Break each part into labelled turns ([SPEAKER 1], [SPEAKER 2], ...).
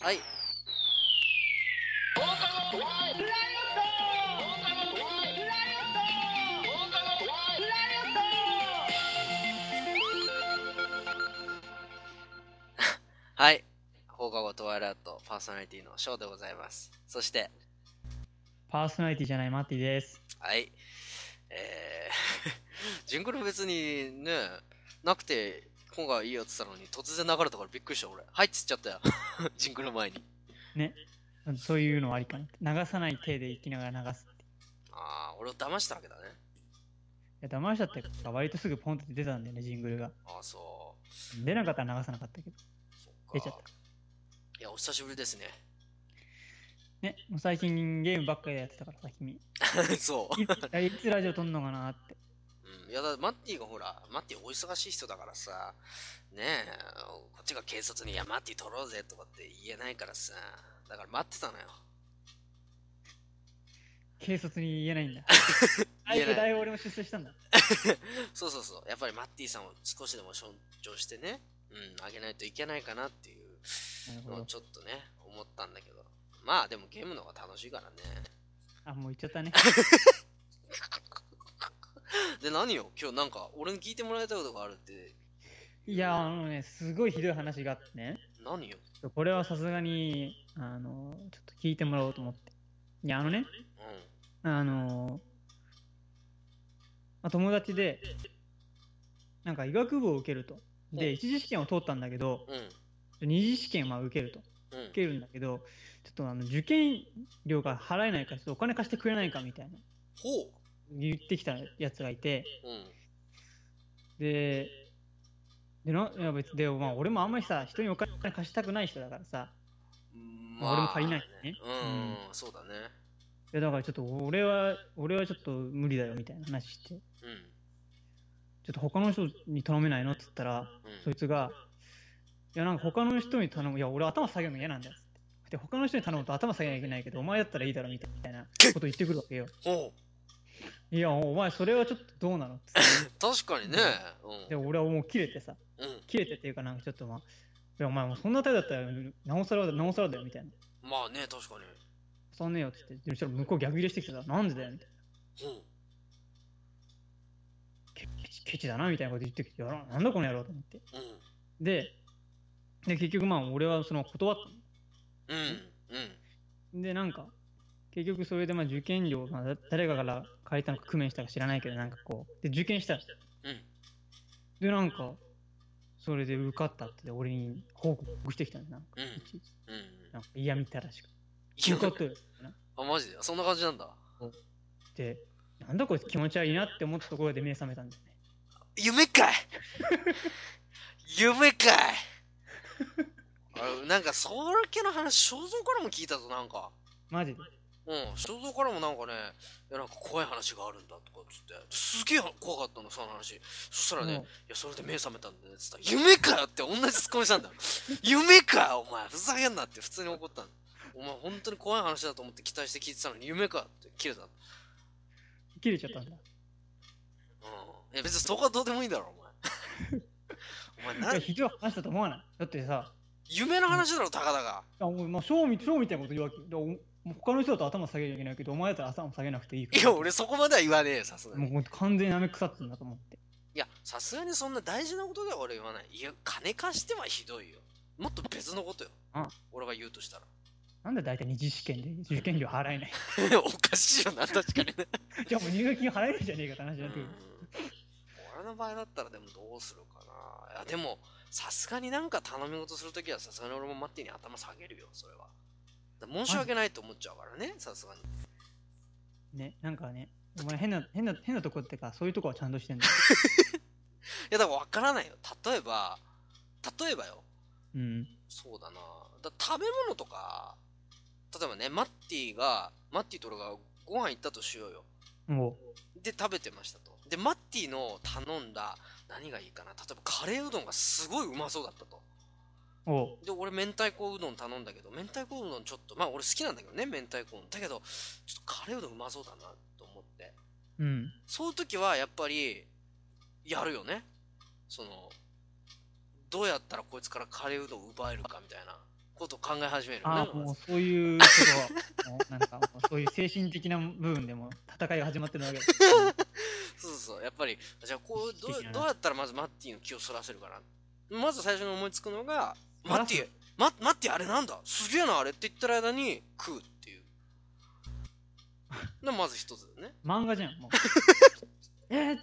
[SPEAKER 1] はい はい放課後トワイライトパーソナリティのショーでございますそして
[SPEAKER 2] パーソナリティじゃないマッティです。
[SPEAKER 1] はいえー、 ジングル別にねなくて今回いいやつたのに突然流れたからびっくりした俺はいっつっちゃった よジングル前に
[SPEAKER 2] そういうのはありかな。流さない手で生きながら流すって。い
[SPEAKER 1] ああ俺を騙したわけだね
[SPEAKER 2] や、騙しちゃったから割とすぐポンって出たんだよね、ジングルが。
[SPEAKER 1] ああそう
[SPEAKER 2] 出なかったら流さなかったけど。
[SPEAKER 1] そっか
[SPEAKER 2] 出ちゃった
[SPEAKER 1] いやお久しぶりです ね
[SPEAKER 2] ね、もう最近ゲームばっかりやってたからさ、君。い
[SPEAKER 1] そう
[SPEAKER 2] ついつラジオ撮んのかなって。
[SPEAKER 1] うん、いやだマッティがほらマッティお忙しい人だからさねえこっちが警察に「いやマッティ取ろうぜ」とかって言えないからさだから待ってたのよ
[SPEAKER 2] 軽率に言えないんだ。だ
[SPEAKER 1] 言
[SPEAKER 2] い
[SPEAKER 1] え
[SPEAKER 2] ぶ
[SPEAKER 1] な
[SPEAKER 2] だ
[SPEAKER 1] い
[SPEAKER 2] いぶ俺も出世したんだ。
[SPEAKER 1] そうそうそうやっぱりマッティさんを少しでも尊重してねうんあげないといけないかなっていう
[SPEAKER 2] なるほ
[SPEAKER 1] のを
[SPEAKER 2] ど。
[SPEAKER 1] ちょっとね思ったんだけどまあでもゲームの方が楽しいからね
[SPEAKER 2] あ、もう言っちゃったね。
[SPEAKER 1] で何よ今日なんか俺に聞いてもらいたいことがあるって
[SPEAKER 2] いや、あのね、すごいひどい話があってね。
[SPEAKER 1] 何よ
[SPEAKER 2] ちょっとこれはさすがに、あの、ちょっと聞いてもらおうと思って。いや、あのね、
[SPEAKER 1] うん
[SPEAKER 2] あの、まあ、友達で、なんか医学部を受けると。
[SPEAKER 1] うん
[SPEAKER 2] で、一次試験を通ったんだけど、
[SPEAKER 1] うん
[SPEAKER 2] 二次試験は受けると。
[SPEAKER 1] うん
[SPEAKER 2] 受けるんだけど、ちょっとあの受験料が払えないから、ちょっとお金貸してくれないかみたいな、
[SPEAKER 1] ほ
[SPEAKER 2] 言ってきたやつがいて、
[SPEAKER 1] ううん
[SPEAKER 2] で、で、ないや別で、まあ、俺もあんまりさ、人にお金貸したくない人だからさ、
[SPEAKER 1] まあ、
[SPEAKER 2] 俺も借りないしね
[SPEAKER 1] うん、そうだね。
[SPEAKER 2] いやだからちょっと俺は、俺はちょっと無理だよみたいな話して、ち
[SPEAKER 1] う
[SPEAKER 2] ょ
[SPEAKER 1] ん。
[SPEAKER 2] っと他の人に頼めないのって言ったら、
[SPEAKER 1] う
[SPEAKER 2] そいつが、いやなんか他の人に頼む、いや俺頭下げるの嫌なんだよっつって。で他の人に頼むと頭下げなきゃいけないけど、お前だったらいいだろみたいなこと言ってくるわけよ。
[SPEAKER 1] ん。おう
[SPEAKER 2] いや、お前それはちょっとどうなのっつって。
[SPEAKER 1] 確かにね。
[SPEAKER 2] で、俺はもう切れてさ、
[SPEAKER 1] うん。うん。
[SPEAKER 2] 切れてっていうかなんかちょっとまあ、いやお前もうそんな態度だったら、なおさらだ、なおさらだよみたいな。
[SPEAKER 1] まあね、確かに。
[SPEAKER 2] そんねえよっつって、むしろ向こう逆ギレしてきてさ、なんでだよみたいな。
[SPEAKER 1] うん。
[SPEAKER 2] ケチケチだなみたいなこと言ってきて、いやなんだこの野郎と思って。
[SPEAKER 1] うん。
[SPEAKER 2] で、で結局まあ俺はその断った
[SPEAKER 1] うん。うん。
[SPEAKER 2] の。で、なんか、結局それでまあ受験料、まあ、だ誰かから借りたのか工面したか知らないけど、なんかこう、で、受験した。
[SPEAKER 1] うん。
[SPEAKER 2] で、なんか、それで受かったって俺に報告してきたんだな。
[SPEAKER 1] うん。
[SPEAKER 2] いちいち
[SPEAKER 1] うん。
[SPEAKER 2] なんか嫌みたらしく。
[SPEAKER 1] いや
[SPEAKER 2] 受かったよ。な
[SPEAKER 1] あ、マジでそんな感じなんだ。
[SPEAKER 2] で、なんだこいつ気持ち悪いなって思ったところで目覚めたんだよね。
[SPEAKER 1] 夢かい夢 かいあなんか、それ系の話、肖像からも聞いたぞ、なんか。
[SPEAKER 2] マジで。
[SPEAKER 1] うん、肖像からもなんかね、いやなんか怖い話があるんだとかっつって、すげえ怖かったの、その話。そしたらね、い
[SPEAKER 2] も
[SPEAKER 1] や、それで目覚めたんだねっつったら、夢かよって同じツッコミしたんだよ。夢かよ、お前、ふざけんなって普通に怒ったの。お前、本当に怖い話だと思って期待して聞いてたのに、夢かよって切れたの。
[SPEAKER 2] う切れちゃったんだ。
[SPEAKER 1] うん。いや、別にそこはどうでもいいだろ、お前。 お前、
[SPEAKER 2] いや
[SPEAKER 1] な、
[SPEAKER 2] ひどい話だと思わない。だってさ、
[SPEAKER 1] 夢の話だろ、たかだ か。
[SPEAKER 2] あもうまあ、ショーみショーみたいなこと言うわけよ。でおもう他の人だと頭下げなきゃいけないけど、お前だったら頭下げなくていいか
[SPEAKER 1] い
[SPEAKER 2] ら。
[SPEAKER 1] や、俺そこまでは言わねえよ、さすが
[SPEAKER 2] もう
[SPEAKER 1] に。
[SPEAKER 2] もう完全に舐め腐ってんだと思って。
[SPEAKER 1] いや、さすがにそんな大事なことでは俺言わない。いや、金貸してはひどいよ。もっと別のことよ
[SPEAKER 2] うん。
[SPEAKER 1] 俺が言うとしたら。
[SPEAKER 2] なんで大体二次試験で受験料払えない。
[SPEAKER 1] おかしいよな、確かにね。
[SPEAKER 2] じゃあもう入学金払えるじゃねえかって話になってくる。
[SPEAKER 1] 俺の場合だったらでもどうするかないやでもさすがになんか頼み事するときはさすがに俺もマッティに頭下げるよそれはだ申し訳ないと思っちゃうからねさすがに
[SPEAKER 2] ね、なんかね、お前変な、変な、変なとこってか、そういうとこはちゃんとしてんだよ。
[SPEAKER 1] いやだから分からないよ例えば例えばよ
[SPEAKER 2] うん。
[SPEAKER 1] そうだなだ食べ物とか例えばねマッティがマッティと俺がご飯行ったとしようよ
[SPEAKER 2] も
[SPEAKER 1] で食べてましたとでマッティの頼んだ何がいいかな例えばカレーうどんがすごいうまそうだったと
[SPEAKER 2] う、おう、
[SPEAKER 1] で俺明太子うどん頼んだけど明太子うどんちょっとまあ俺好きなんだけどね明太子うどんだけどちょっとカレーうどんうまそうだなと思って
[SPEAKER 2] うん。
[SPEAKER 1] そういう時はやっぱりやるよねそのどうやったらこいつからカレーうどん奪えるかみたいなことを考え始めるよね
[SPEAKER 2] ああ、
[SPEAKER 1] ま
[SPEAKER 2] もう
[SPEAKER 1] ず
[SPEAKER 2] そういうことは、 もうなんかもうそういう精神的な部分でも戦いが始まってるわけ です。
[SPEAKER 1] そうそうやっぱりじゃあこうどう
[SPEAKER 2] 素敵だな
[SPEAKER 1] どうやったらまずマッティの気をそらせるかなまず最初に思いつくのがマ
[SPEAKER 2] そ
[SPEAKER 1] ッ
[SPEAKER 2] ら
[SPEAKER 1] テ
[SPEAKER 2] す
[SPEAKER 1] ィママッティあれなんだすげえなあれって言ってる間に食うっていうでまず一つだね
[SPEAKER 2] 漫画じゃん、もう。 えー、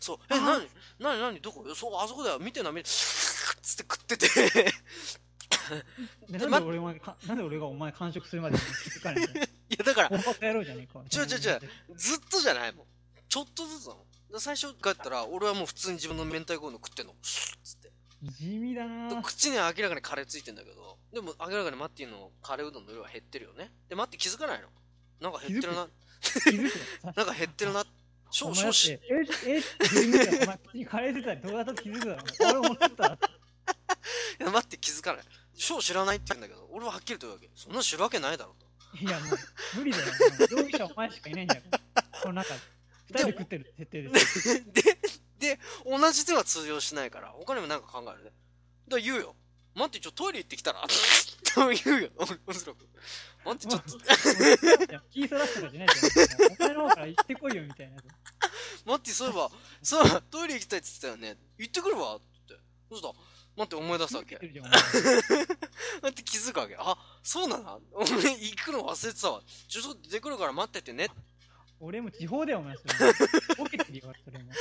[SPEAKER 1] そう、え、
[SPEAKER 2] あ
[SPEAKER 1] なに、なになに、どこ、そう、あそこだよ、見てな、見て、つって食ってて。
[SPEAKER 2] で
[SPEAKER 1] で
[SPEAKER 2] なんで俺お前かなんで俺がお前完食するまで気づかないん だよ。
[SPEAKER 1] いや、だから、
[SPEAKER 2] お前やろうじゃねえか。
[SPEAKER 1] ちょちょちょずっとじゃないもん。ちょっとずつだもん。で最初帰ったら、俺はもう普通に自分の明太子の食ってんの。つって。
[SPEAKER 2] 地味だな
[SPEAKER 1] で
[SPEAKER 2] ぁ。
[SPEAKER 1] 口には明らかにカレーついてんだけど、でも明らかにマッティのカレーうどんの量は減ってるよね。で、マッティ気づかないの。なんか減ってるな、
[SPEAKER 2] 気づくよ。
[SPEAKER 1] なんか減ってるな、し
[SPEAKER 2] お
[SPEAKER 1] ょ、
[SPEAKER 2] 前
[SPEAKER 1] し
[SPEAKER 2] だ
[SPEAKER 1] ょ
[SPEAKER 2] っ
[SPEAKER 1] し、
[SPEAKER 2] て、ええって言うんだよ。お前口にカレー出たらどうやったって気づくだろ。俺思ったら、
[SPEAKER 1] いやマッティ気づかない。しょ知らないって言うんだけど、俺ははっきりと言うわけ。そんなの知るわけないだろうと。
[SPEAKER 2] いやもう無理だよ。もう容疑者お前しかいないんだから。この中で。二人で食ってる設定です。
[SPEAKER 1] で、で、同じ手は通用しないから、他にもなんか考えるね。だから言うよ。待って、ちょ、トイレ行ってきたらと言うよ。おおそらく。待って、ちょっと、
[SPEAKER 2] いや気そらしたとかじゃないじゃん。お前の方から行ってこいよみたいなやつ。
[SPEAKER 1] 待って、そういえば、そういえば、トイレ行きたいって言ってたよね。行ってくるわって。そうしたら待って、思い出すわけ
[SPEAKER 2] 気づ。いてるじゃんお前
[SPEAKER 1] 待って、気づくわけ。あ、そうなの俺、 行くの忘れてたわ。ちょ、ちょっと出てくるから待っててね。
[SPEAKER 2] 俺も地方だよ、お前。それボケてるよ、それも。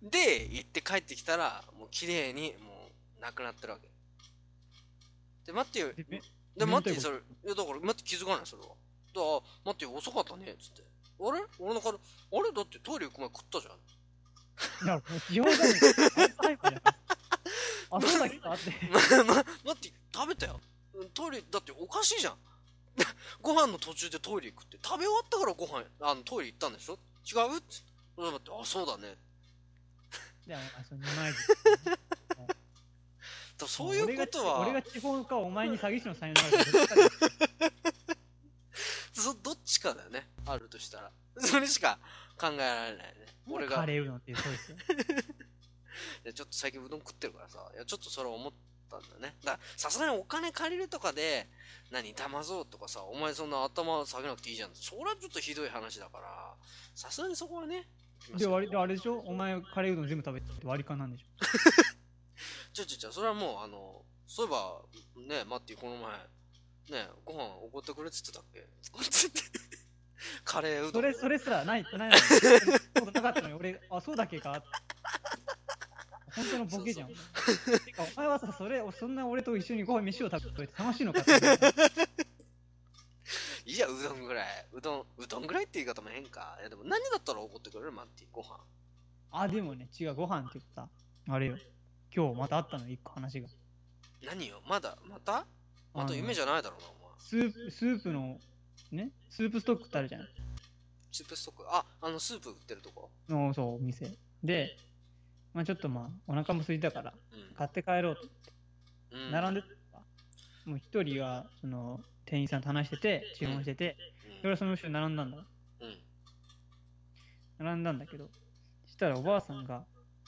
[SPEAKER 1] で、行って帰ってきたら、もう綺麗に、もう、なくなってるわけ。で、待ってよ。
[SPEAKER 2] でめ
[SPEAKER 1] で、
[SPEAKER 2] 明
[SPEAKER 1] 待っ
[SPEAKER 2] 太子
[SPEAKER 1] て、それ、いや、だから、待って、気づかない、それは。だから、待って、遅かったね、つって。あれ俺のカレー、あれだってトイレ行く前食ったじゃん。
[SPEAKER 2] いや、もう地方だよ。タイプだよ。あ、そう だっけあって。
[SPEAKER 1] ま、ま、待って、食べたよ。うんトイレ、だっておかしいじゃん。 ご飯の途中でトイレ行くって。食べ終わったからご飯、あの、トイレ行ったんでしょ違うつって。それで待って、あ、そうだね。
[SPEAKER 2] じゃあ、その二枚舌
[SPEAKER 1] だそういうことは、
[SPEAKER 2] 俺が地方か、お前に詐欺師の才能があるかどっちか
[SPEAKER 1] そどっちかだよね。あるとしたら。それしか考えられないね。
[SPEAKER 2] で
[SPEAKER 1] 俺
[SPEAKER 2] カ
[SPEAKER 1] が、い
[SPEAKER 2] レーうどんっていう、そうですよ。
[SPEAKER 1] やちょっと最近うどん食ってるからさ、いや、ちょっとそれ思ったんだよね。だから、さすがにお金借りるとかで、何、騙そうとかさ、お前そんな頭下げなくていいじゃん。それはちょっとひどい話だから、さすがにそこはね、
[SPEAKER 2] で、割であれでしょお前、カレーうどん全部食べてて割り勘なんでしょ
[SPEAKER 1] ちょちょちょ、それはもう、あの、そういえば、ね、マッティ、この前、ね、ご飯おごってくれって言ってたっけ おごってってカレーうど
[SPEAKER 2] そ
[SPEAKER 1] ん。
[SPEAKER 2] れ、それすらない、ないの に。それことなかったのに、俺、あ、そうだっけか本当のボケじゃん。てか、お前はさ、それ、そんな俺と一緒にご飯飯を食べて楽しいのかって思う
[SPEAKER 1] いや、うどんぐらい。うどん、うどんぐらいって言い方も変か。いや、でも何だったらおごってくれるマッティ、ご飯。
[SPEAKER 2] あ、でもね、違う、ご飯って言ったあれよ。今日またあったの、一個話が。
[SPEAKER 1] 何よまだまたま
[SPEAKER 2] あ
[SPEAKER 1] た
[SPEAKER 2] の
[SPEAKER 1] 夢じゃないだろうな、お前。
[SPEAKER 2] スープ、スープの、ね、スープストックってあるじゃん。
[SPEAKER 1] スープストック。あ、あの、スープ売ってるとこ。
[SPEAKER 2] の、そう、お店。で、まあちょっとまあ、お腹も空いたから、
[SPEAKER 1] う
[SPEAKER 2] 買って帰ろうと。
[SPEAKER 1] ん。うん、
[SPEAKER 2] 並ん
[SPEAKER 1] で、
[SPEAKER 2] でた。もう一人が、その、店員さんと話してて、注文してて、それはその後ろに並んだんだ。
[SPEAKER 1] うん。うん。
[SPEAKER 2] 並んだんだけど、そしたらおばあさんが、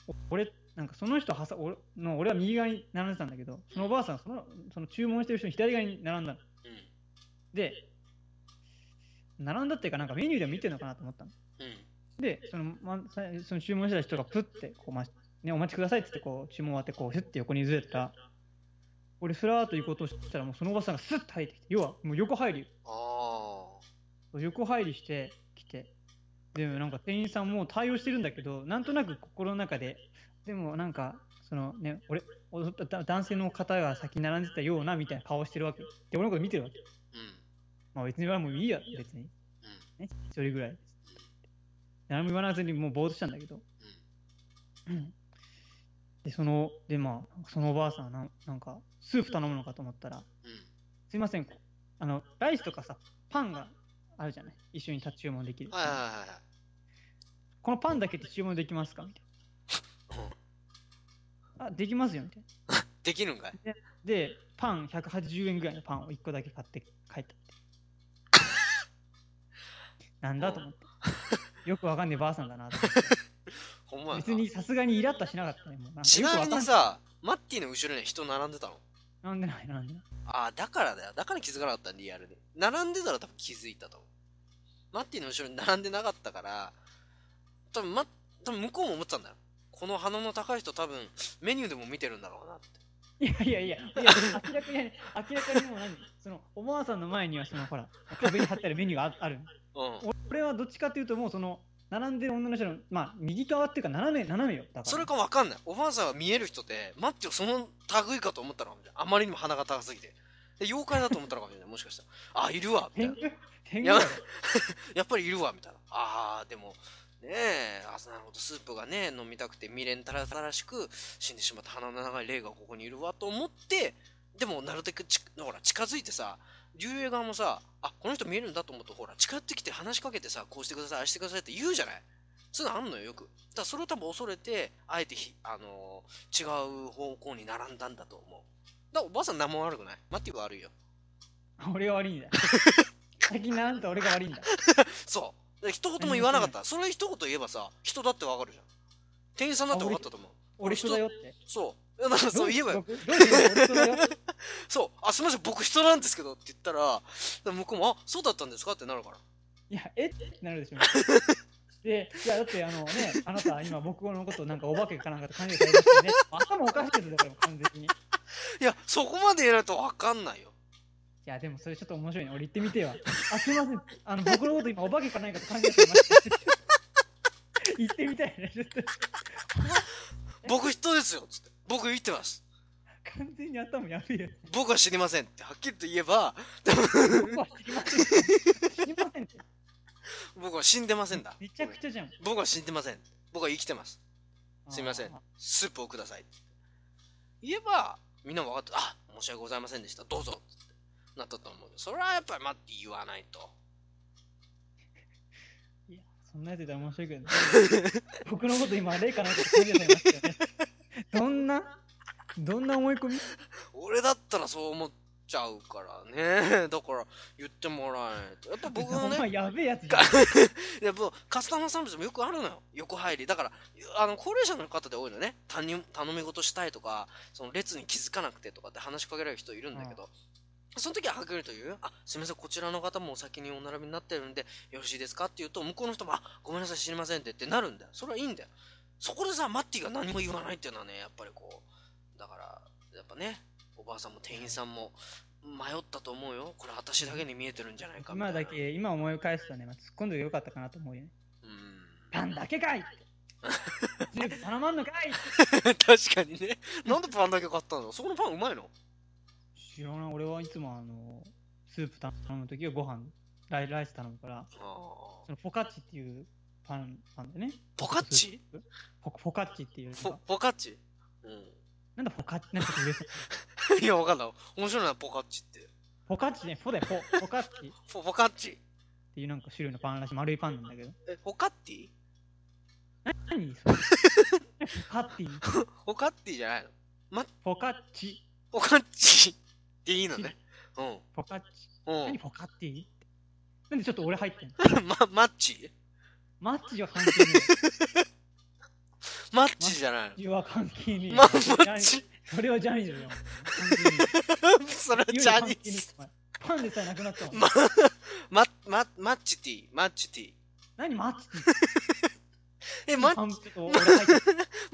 [SPEAKER 2] お俺、なんかその人はさ俺の、俺は右側に並んでたんだけど、そのおばあさんはその、その注文してる人の左側に並んだの。で、並んだっていうか、なんかメニューでも見てるのかなと思ったの。
[SPEAKER 1] うん。うん。
[SPEAKER 2] で、その,、ま、さその注文した人がプッてこう、まね、お待ちくださいって言ってこう、注文終わって、こう、スッて横にずれたら、俺、スラーっと行こうとしたら、もうそのおばさんがスッと入ってきて、要はもう横入り、
[SPEAKER 1] ああ。
[SPEAKER 2] 横入りしてきて、でもなんか店員さんもう対応してるんだけど、なんとなく心の中で、でもなんか、そのね、俺、おだ男性の方が先に並んでたようなみたいな顔してるわけ。で、俺のこと見てるわけ。
[SPEAKER 1] うん。
[SPEAKER 2] まあ別に俺はもういいや、別に。ね、一人ぐらいです。何も言わずにもうぼーっとしたんだけど。うんで、その、で、まあ、そのおばあさんはなん、なんか、スープ頼むのかと思ったら、
[SPEAKER 1] うん。
[SPEAKER 2] すいません、あの、ライスとかさ、パンがあるじゃない一緒に立ち注文できる
[SPEAKER 1] うん。。はいはいはいはい。
[SPEAKER 2] このパンだけで注文できますかみたいな。あ、できますよ、みたいな。
[SPEAKER 1] できるんかい
[SPEAKER 2] で、パン180円ぐらいのパンを1個だけ買って 帰ったって。なんだと思って。よくわかんねえばあさんだなと思って。
[SPEAKER 1] ほ んまやな
[SPEAKER 2] 別にさすがにイラッとはしなかったね。もうなんか
[SPEAKER 1] ち
[SPEAKER 2] よく
[SPEAKER 1] な
[SPEAKER 2] わか
[SPEAKER 1] み
[SPEAKER 2] んな
[SPEAKER 1] に
[SPEAKER 2] い
[SPEAKER 1] さ、マッティの後ろには人並んでたの
[SPEAKER 2] 並んでない、並んでない。
[SPEAKER 1] ああ、だからだよ。だから気づかなかった、リアルで。並んでたら多分気づいたと思う。マッティの後ろに並んでなかったから、多分、ま、多分向こうも思ってたんだよ。この鼻の高い人多分、メニューでも見てるんだろうなって。
[SPEAKER 2] いやいやいや、いや明らかに、明らかにもう何その、おばあさんの前には、その、ほら、壁に貼ってあるメニューがあある。
[SPEAKER 1] うん。
[SPEAKER 2] お俺はどっちかっていうと、もうその、並んでる女の人の、まあ、右側っていうか、斜め、斜めよ。だから
[SPEAKER 1] それかわかんない。おばあさんが見える人で、マッティをその類いかと思ったのかもしれない。あまりにも鼻が高すぎて。で、妖怪だと思ったのかもしれない。もしかしたら。あ、いるわ、みたい
[SPEAKER 2] 天
[SPEAKER 1] な。
[SPEAKER 2] 狗天狗だろ
[SPEAKER 1] いや やっぱりいるわみたいなあーでもねえあなるほどスープがね飲みたくて未練たらたらしく死んでしまった鼻の長い霊がここにいるわと思ってでもなるべくちほら近づいてさ竜兵側もさあこの人見えるんだと思うとほら近寄ってきて話しかけてさこうしてくださいああしてくださいって言うじゃないそういうのあんのよよくだからそれを多分恐れてあえてひ、あのー違う方向に並んだんだと思うだからおばあさん何も悪くないマッティは悪いよ
[SPEAKER 2] 俺が悪いんだ。先に並んだ俺が悪いんだ。
[SPEAKER 1] そう。で一言も言わなかった。それ一言言えばさ、人だってわかるじゃん。店員さんだって分かったと思う。
[SPEAKER 2] 俺人だよって。
[SPEAKER 1] そう。いやだからそう言えばよ。
[SPEAKER 2] 僕どういうこと俺人だよ。
[SPEAKER 1] そう。あ、すみません、僕人なんですけどって言ったら、で向こうも、あ、そうだったんですかってなるから。
[SPEAKER 2] いや、えってなるでしょ。で、いや、だって、あのね、あなた、今、僕のこと、なんか、お化けかなんかと勘違いされましたよね。頭おかしいですよ、だから、完全に。い
[SPEAKER 1] いや、そこまで言えないと分かんないよ。
[SPEAKER 2] や、でも、それちょっと面白いね。俺、言ってみてよ。あ、すいません。あの、僕のこと、今、お化けかなんかと勘違いされました。言ってみたいね、ちょっと。
[SPEAKER 1] 僕人ですよ、つって。僕言ってます。
[SPEAKER 2] 完全に頭やべえやつ。
[SPEAKER 1] 僕は知りませんって、はっきりと言えば、
[SPEAKER 2] 僕は知りません。知りませんって。
[SPEAKER 1] 僕は死んでませんだ。
[SPEAKER 2] めちゃくちゃじゃん。
[SPEAKER 1] 僕は死んでません。僕は生きてます。すいません
[SPEAKER 2] あー。
[SPEAKER 1] スープをください。言えば、みんなも分かった。あ、申し訳ございませんでした。どうぞ。ってなったと思う。それはやっぱり待って言わないと。
[SPEAKER 2] いや、そんなやついたら面白いけど、ね、僕のこと今、霊かなんか勘違いされましたよね。どんな、どんな思い込み
[SPEAKER 1] 俺だったらそう思っちゃうからね。 だから言ってもらえないと。やっぱ僕の
[SPEAKER 2] お前
[SPEAKER 1] ね、
[SPEAKER 2] やべえやつじゃん。
[SPEAKER 1] いやもうカスタマーサービスもよくあるのよ。横入り。だから、あの高齢者の方で多いのね。他人頼み事したいとか、その列に気づかなくてとかって話しかけられる人いるんだけど。その時ははけるというよあ、すみません、こちらの方もお先にお並びになってるんで、よろしいですかって言うと、向こうの人も、あ、ごめんなさい、知りませんってってなるんだよ。それはいいんだよ。そこでさ、マッティが何も言わないっていうのはね、やっぱりこう、だから、やっぱね、おばあさんも店員さんも迷ったと思うよ。これ私だけに見えてるんじゃないかみた
[SPEAKER 2] 今
[SPEAKER 1] いな。
[SPEAKER 2] だ。け、今思い返すとね、まあ、突っ込んでよかったかなと思うよね。
[SPEAKER 1] うん。
[SPEAKER 2] パンだけか いって全部頼まんのかいって
[SPEAKER 1] 確かにね。なんでパンだけ買ったのそこのパンうまいの
[SPEAKER 2] 知らない、俺はいつもあの、スープ頼むときはご飯ライ、ライス頼むから、
[SPEAKER 1] あ
[SPEAKER 2] そのポカッチっていうパン、パンでね。
[SPEAKER 1] ポカッチ
[SPEAKER 2] ポポカッチっていう
[SPEAKER 1] ー
[SPEAKER 2] の
[SPEAKER 1] ポ
[SPEAKER 2] が、
[SPEAKER 1] ポカッチう
[SPEAKER 2] なんだポカッチ、なんかちょっと 嬉しい。
[SPEAKER 1] ん。いや、わかんない。面白いな、ポカッチって。
[SPEAKER 2] ポカッチね、ポだよ、ポ。ポカッチ。
[SPEAKER 1] ポポカッチ
[SPEAKER 2] っていうなんか種類のパンらしい丸いパンなん だけど
[SPEAKER 1] え、ポカッティ
[SPEAKER 2] 何それポカッティ
[SPEAKER 1] ポカッティじゃないの
[SPEAKER 2] ポカッチ
[SPEAKER 1] ポカッチっていいのね。うん。
[SPEAKER 2] ポカッチ
[SPEAKER 1] う
[SPEAKER 2] 何
[SPEAKER 1] ん。
[SPEAKER 2] ポカッティなんでちょっと俺入ってんの
[SPEAKER 1] ま、マッチ
[SPEAKER 2] マッチは関係ね
[SPEAKER 1] マッチじゃない
[SPEAKER 2] えマッチは関係ねえ
[SPEAKER 1] の。ま、マッチ
[SPEAKER 2] それはジャニーズだよお前関係ね
[SPEAKER 1] それは
[SPEAKER 2] え
[SPEAKER 1] ジャニーズ。
[SPEAKER 2] ズパンでさえなくなったもん、
[SPEAKER 1] ま、ま、ま、マッチティマッチティ
[SPEAKER 2] 何マッチ
[SPEAKER 1] え、マ
[SPEAKER 2] マ
[SPEAKER 1] ッ
[SPEAKER 2] ッチと俺入って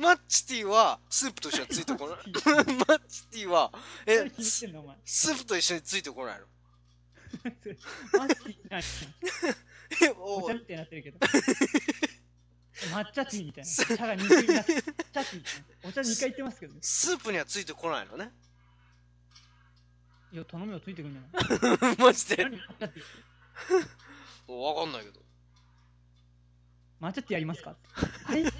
[SPEAKER 1] マッチティはスープと一緒についてこない マッチティは、
[SPEAKER 2] そ
[SPEAKER 1] え
[SPEAKER 2] れ、気にしてんのお前
[SPEAKER 1] スープと一緒についてこないの
[SPEAKER 2] それマッチって何
[SPEAKER 1] え、お
[SPEAKER 2] お茶
[SPEAKER 1] う
[SPEAKER 2] みたいになってるけど抹茶ティーみたいな茶が2回になってる茶ティーみたいなお茶2回言ってますけどね
[SPEAKER 1] スープにはついてこないのね。
[SPEAKER 2] いや頼みはついてくんじゃな い
[SPEAKER 1] マジで。
[SPEAKER 2] 何抹茶ティー
[SPEAKER 1] おわかんないけど。
[SPEAKER 2] 抹茶ってやりますかはい
[SPEAKER 1] あ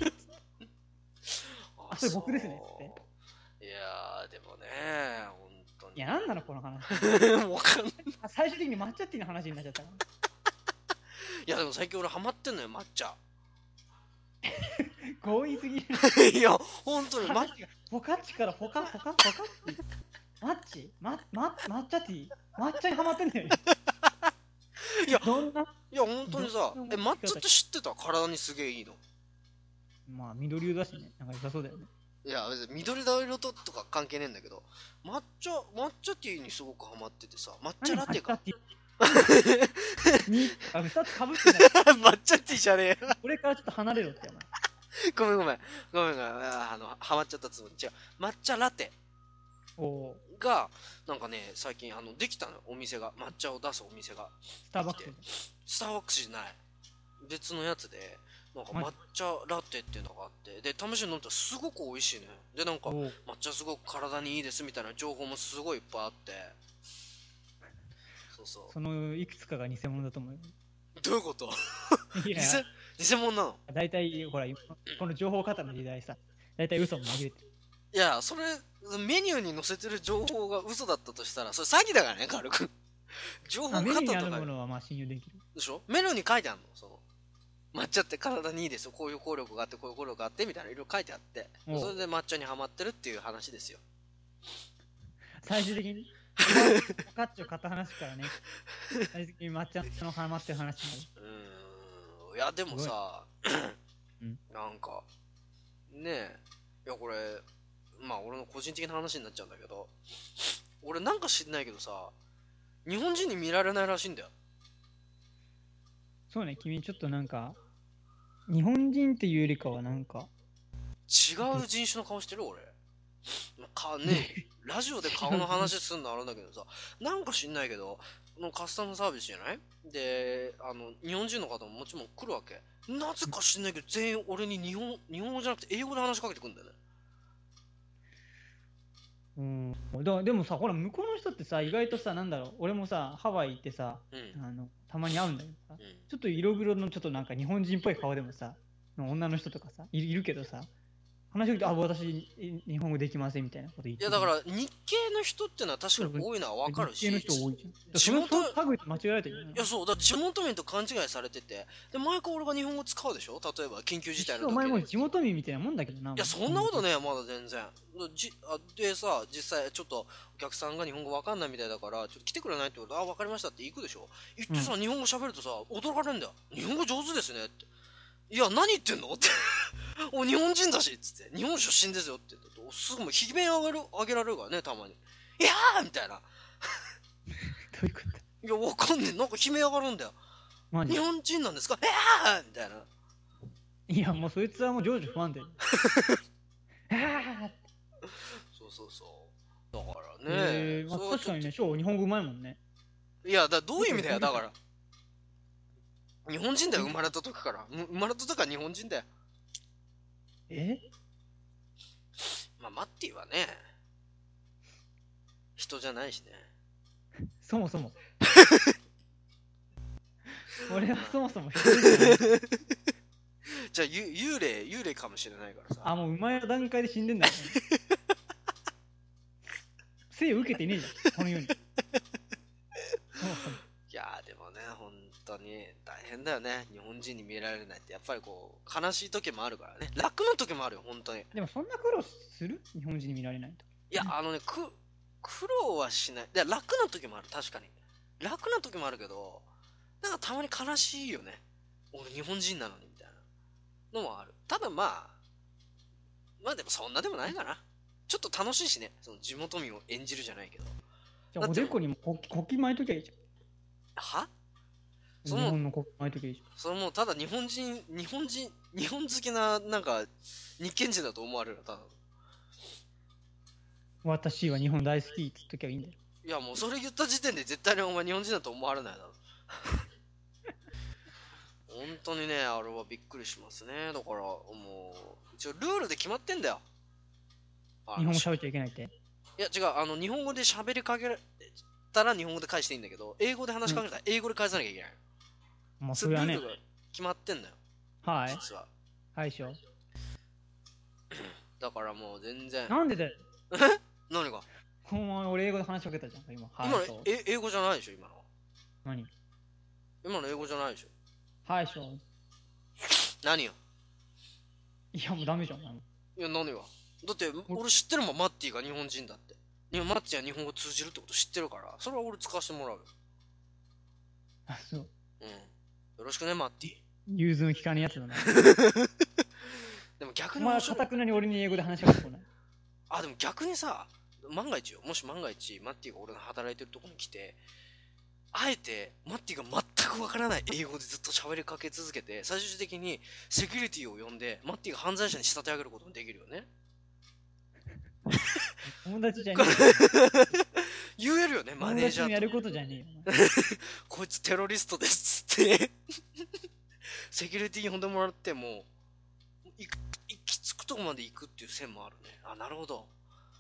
[SPEAKER 2] あそれ僕ですね
[SPEAKER 1] そう
[SPEAKER 2] つっ
[SPEAKER 1] いやー、でもね、本当に。
[SPEAKER 2] いや、なんなのこの話。
[SPEAKER 1] の わかんない。
[SPEAKER 2] あ最終的に抹茶ティーの話になっちゃったから。
[SPEAKER 1] いや、でも最近俺ハマってんのよ、抹茶。
[SPEAKER 2] 強引すぎる。
[SPEAKER 1] いや、本 当に、ま、
[SPEAKER 2] 話がポカッチからポカポカポカッチ。マッチま、ま、抹茶ティー抹茶にハマってんだよね。
[SPEAKER 1] いや
[SPEAKER 2] どんな、
[SPEAKER 1] いや、本当にさ
[SPEAKER 2] どう、
[SPEAKER 1] え、抹茶って知ってた体にすげえいいの。
[SPEAKER 2] まあ、緑色だしね。なんか良さそうだよね。
[SPEAKER 1] いや別に緑色ととか関係ねえんだけど抹茶抹茶ティーにすごくハマっててさ抹茶ラテか
[SPEAKER 2] 何 にあ2つかぶってない
[SPEAKER 1] 抹茶ティーじゃねえよ
[SPEAKER 2] これからちょっと離れろってお前
[SPEAKER 1] ごめんごめんごめんごめんあーあのハマっちゃったつもり違う抹茶ラテ
[SPEAKER 2] おおー
[SPEAKER 1] がなんかね最近あのできたのお店が抹茶を出すお店が
[SPEAKER 2] スターバックス
[SPEAKER 1] スターバックスじゃない別のやつでなんか
[SPEAKER 2] はい
[SPEAKER 1] 抹茶ラテっていうのがあってで試しに飲んだらすごく美味しいねでなんか
[SPEAKER 2] おー
[SPEAKER 1] 抹茶すごく体にいいですみたいな情報もすごいいっぱいあってそうそ
[SPEAKER 2] そのいくつかが偽物だと思うよ
[SPEAKER 1] うどういうこと偽
[SPEAKER 2] いや
[SPEAKER 1] 偽物なの
[SPEAKER 2] 大体ほら今この情報過多の時代さ大体嘘も紛れてる
[SPEAKER 1] いやそれメニューに載せてる情報が嘘だったとしたらそれ詐欺だからね軽く情報
[SPEAKER 2] あ
[SPEAKER 1] 過
[SPEAKER 2] メニュ
[SPEAKER 1] 多
[SPEAKER 2] ー
[SPEAKER 1] と
[SPEAKER 2] にあ
[SPEAKER 1] か
[SPEAKER 2] る
[SPEAKER 1] で
[SPEAKER 2] ものはまあ信用できる
[SPEAKER 1] でしょメニューに書いてあるのその抹茶って体にいいですよこういう効力があってこういう効力があってみたいないろいろ書いてあって
[SPEAKER 2] おう
[SPEAKER 1] それで抹茶にはまってるっていう話ですよ
[SPEAKER 2] 最終 的におかっちょ片話からね最終的に抹茶のハマってる話になる
[SPEAKER 1] うーんいやでもさ、
[SPEAKER 2] うん
[SPEAKER 1] なんかねえいやこれまあ俺の個人的な話になっちゃうんだけど俺なんか知んないけどさ日本人に見られないらしいんだよ
[SPEAKER 2] そうね君ちょっとなんか日本人っていうよりかはなんか
[SPEAKER 1] 違う人種の顔してる俺かねラジオで顔の話すんのあれだけどさなんか知んないけどのカスタムサービスじゃないであの日本人の方ももちろん来るわけなぜか知んないけど全員俺に日本日本語じゃなくて英語で話しかけてくんだよね
[SPEAKER 2] うんだでもさほら向こうの人ってさ意外とさなんだろう俺もさハワイ行ってさ
[SPEAKER 1] うん
[SPEAKER 2] あのたまに会うんだけどさ
[SPEAKER 1] うん
[SPEAKER 2] ちょっと色黒のちょっとなんか日本人っぽい顔でもさ女の人とかさいいるけどさ話を聞いてあ私い日本語できませんみたいなこと言っ
[SPEAKER 1] い
[SPEAKER 2] て
[SPEAKER 1] やだから日系の人ってのは確かに多いのは分かるし
[SPEAKER 2] 日系の人多いじゃんだから
[SPEAKER 1] 地
[SPEAKER 2] そ
[SPEAKER 1] 元
[SPEAKER 2] のそのタグ間違えられてるよね
[SPEAKER 1] いやそうだから地元民と勘違いされててで毎回俺が日本語使うでしょ例えば緊急事態の
[SPEAKER 2] お
[SPEAKER 1] 時
[SPEAKER 2] 前もう
[SPEAKER 1] に
[SPEAKER 2] 地元民みたいなもんだけどない
[SPEAKER 1] いやそんなことねまだ全然じあでさ実際ちょっとお客さんが日本語わかんないみたいだからちょっと来てくれないってことあわかりましたって行くでしょ行ってさ、日本語喋るとさ驚かれるんだよ日本語上手ですねっていや何言ってんのって お日本人だしっつって日本出身ですよって言ってすぐもう悲鳴上げる上げられるからねたまにいやーみたいな
[SPEAKER 2] どういうこと
[SPEAKER 1] いやわかんねえなんか悲鳴上がるんだよ
[SPEAKER 2] マジ
[SPEAKER 1] 日本人なんですかいやーみたいない
[SPEAKER 2] やもうそいつはもう情緒不 安定あー
[SPEAKER 1] そうそうそうだからね、
[SPEAKER 2] えーま
[SPEAKER 1] それ
[SPEAKER 2] あ
[SPEAKER 1] は
[SPEAKER 2] 確
[SPEAKER 1] ちょ
[SPEAKER 2] か
[SPEAKER 1] っと
[SPEAKER 2] にね、ショー日本語うまいもんね。
[SPEAKER 1] いや、だどういう意味だよ、
[SPEAKER 2] 見て
[SPEAKER 1] だ
[SPEAKER 2] る
[SPEAKER 1] から。日本人だよ、生まれた時から。む生まれた時から日本人だよ。
[SPEAKER 2] え
[SPEAKER 1] まあ、マッティはね、人じゃないしね。
[SPEAKER 2] そもそ も。俺はそもそも一人じゃない
[SPEAKER 1] じゃあ、ゆ幽霊、幽霊かもしれないからさ。
[SPEAKER 2] あ、もう生まれた段階で死んで んだもん。生を受けてねえじゃん、この世に。そもそも
[SPEAKER 1] いやー、でもね、本当に大変だよね。日本人に見られないって、やっぱりこう、悲しい時もあるからね。楽な時もあるよ、本当に。
[SPEAKER 2] でもそんな苦労する日本人に見られないと。
[SPEAKER 1] いや、あのね、く、苦労はしない。で楽な時もある、確かに。楽な時もあるけど、なんかたまに悲しいよね。俺日本人なのに、みたいな。のもある。ただまあ、まあでもそんなでもないかな。ちょっと楽しいしね。その地元民を演じるじゃないけど。だ
[SPEAKER 2] じゃあお
[SPEAKER 1] って
[SPEAKER 2] でこにも国旗国旗巻いときゃいいじ
[SPEAKER 1] は
[SPEAKER 2] ゃ
[SPEAKER 1] そ
[SPEAKER 2] ん。
[SPEAKER 1] の
[SPEAKER 2] 日本の国旗巻いときゃいいじゃん。
[SPEAKER 1] それもうただ日本人、日本人、日本好きな、なんか、日系人だと思われるよただの。
[SPEAKER 2] 私は日本大好きって言っときゃいいんだよ。
[SPEAKER 1] いやもうそれ言った時点で絶対にお前日本人だと思われないだろ本当に ねあれはびっくりしますねだからもう一応ルールで決まってんだよあ
[SPEAKER 2] 日
[SPEAKER 1] の
[SPEAKER 2] 本語
[SPEAKER 1] し
[SPEAKER 2] 喋っちゃいけないって。
[SPEAKER 1] いや違うあの日本語で喋りかけたら日本語で返していいんだけど英語で話しかけたら英語で返さなきゃいけない、
[SPEAKER 2] もう
[SPEAKER 1] そ
[SPEAKER 2] そう
[SPEAKER 1] い
[SPEAKER 2] れ
[SPEAKER 1] う
[SPEAKER 2] は
[SPEAKER 1] ル
[SPEAKER 2] ね
[SPEAKER 1] ール、が決まってんだよ
[SPEAKER 2] はい、
[SPEAKER 1] 実は
[SPEAKER 2] はいしょ。
[SPEAKER 1] だからもう全然
[SPEAKER 2] なんでだよ。
[SPEAKER 1] 何が
[SPEAKER 2] お前俺英語で話しかけたじゃんか今。
[SPEAKER 1] 今
[SPEAKER 2] は
[SPEAKER 1] の
[SPEAKER 2] いしょ。
[SPEAKER 1] え英語じゃないでしょ今の
[SPEAKER 2] 何
[SPEAKER 1] 今の英語じゃないでしょ
[SPEAKER 2] はいしょ。
[SPEAKER 1] 何よ
[SPEAKER 2] いやもうダメじゃん。あの
[SPEAKER 1] いや、何がだって、俺知ってるもん、マッティが日本人だって。いや、マッティは日本語通じるってこと知ってるから、それは俺使わせてもらうよ。
[SPEAKER 2] あそう。
[SPEAKER 1] うん。よろしくね、マッティ。
[SPEAKER 2] 融通の利かねえやつだな。
[SPEAKER 1] でも逆
[SPEAKER 2] お
[SPEAKER 1] に
[SPEAKER 2] 前
[SPEAKER 1] 面
[SPEAKER 2] は
[SPEAKER 1] 白
[SPEAKER 2] か
[SPEAKER 1] い
[SPEAKER 2] たくなに俺に英語で話しかけてこない。
[SPEAKER 1] あでも逆にさ万が一よもし万が一マッティが俺の働いてるとこに来てあえてマッティが全くわからない英語でずっと喋りかけ続けて最終的にセキュリティを呼んでマッティが犯罪者に仕立て上げることもできるよね
[SPEAKER 2] 友達じゃねえよ。
[SPEAKER 1] 言えるよねマ
[SPEAKER 2] 友
[SPEAKER 1] ネージ
[SPEAKER 2] 達
[SPEAKER 1] ャ
[SPEAKER 2] にや
[SPEAKER 1] ー
[SPEAKER 2] る
[SPEAKER 1] と
[SPEAKER 2] ことじゃねえよ。
[SPEAKER 1] こいつテロリストですっつって セキュリティに呼んでもらってもいく行き着くとこまで行くっていう線もあるねあなるほど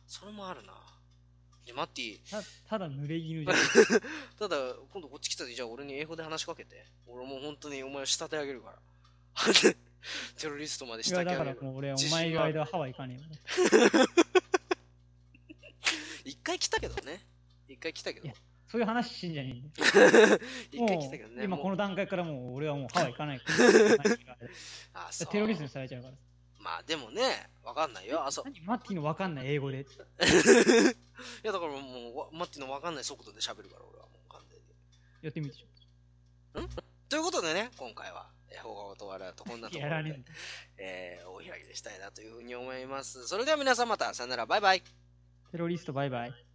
[SPEAKER 1] それもあるなでマッティ
[SPEAKER 2] たただ濡れ衣じゃん。
[SPEAKER 1] ただ、今度こっち来た時、じゃあ俺に英語で話しかけて。俺もう本当にお前を仕立て上げるから。 テロリストまで仕
[SPEAKER 2] いや
[SPEAKER 1] 立て
[SPEAKER 2] だ
[SPEAKER 1] 上げ
[SPEAKER 2] から
[SPEAKER 1] る。
[SPEAKER 2] もう俺は
[SPEAKER 1] 自
[SPEAKER 2] お
[SPEAKER 1] 信は
[SPEAKER 2] 前いる間はハワイ行かねえよ。
[SPEAKER 1] 一回来たけどね。一回来たけど
[SPEAKER 2] いや。そういう話しんじゃねえんだよ。
[SPEAKER 1] 一回来たけど
[SPEAKER 2] もう
[SPEAKER 1] ね。
[SPEAKER 2] 今
[SPEAKER 1] もう
[SPEAKER 2] この段階からもう俺はもうハワイ行 かないから。お前いる
[SPEAKER 1] あそ
[SPEAKER 2] 間
[SPEAKER 1] う
[SPEAKER 2] テロリストにされちゃうから。
[SPEAKER 1] まあでもね、わかんないよ。あ、そう。い
[SPEAKER 2] 何マッティのわかんない英語で。
[SPEAKER 1] やだからもうわ、マッティのわかんない速度で喋るから、俺はもう完全に。
[SPEAKER 2] やってみてちょ
[SPEAKER 1] ということでね、今回は、え放課後と笑うとこんな
[SPEAKER 2] っ
[SPEAKER 1] と
[SPEAKER 2] と。
[SPEAKER 1] こ
[SPEAKER 2] や
[SPEAKER 1] ろ
[SPEAKER 2] られ
[SPEAKER 1] で
[SPEAKER 2] ん、
[SPEAKER 1] えーお開きにしたいなというふうに思います。それでは皆さんまた、さよなら、バイバイ。
[SPEAKER 2] テロリストバイバイ。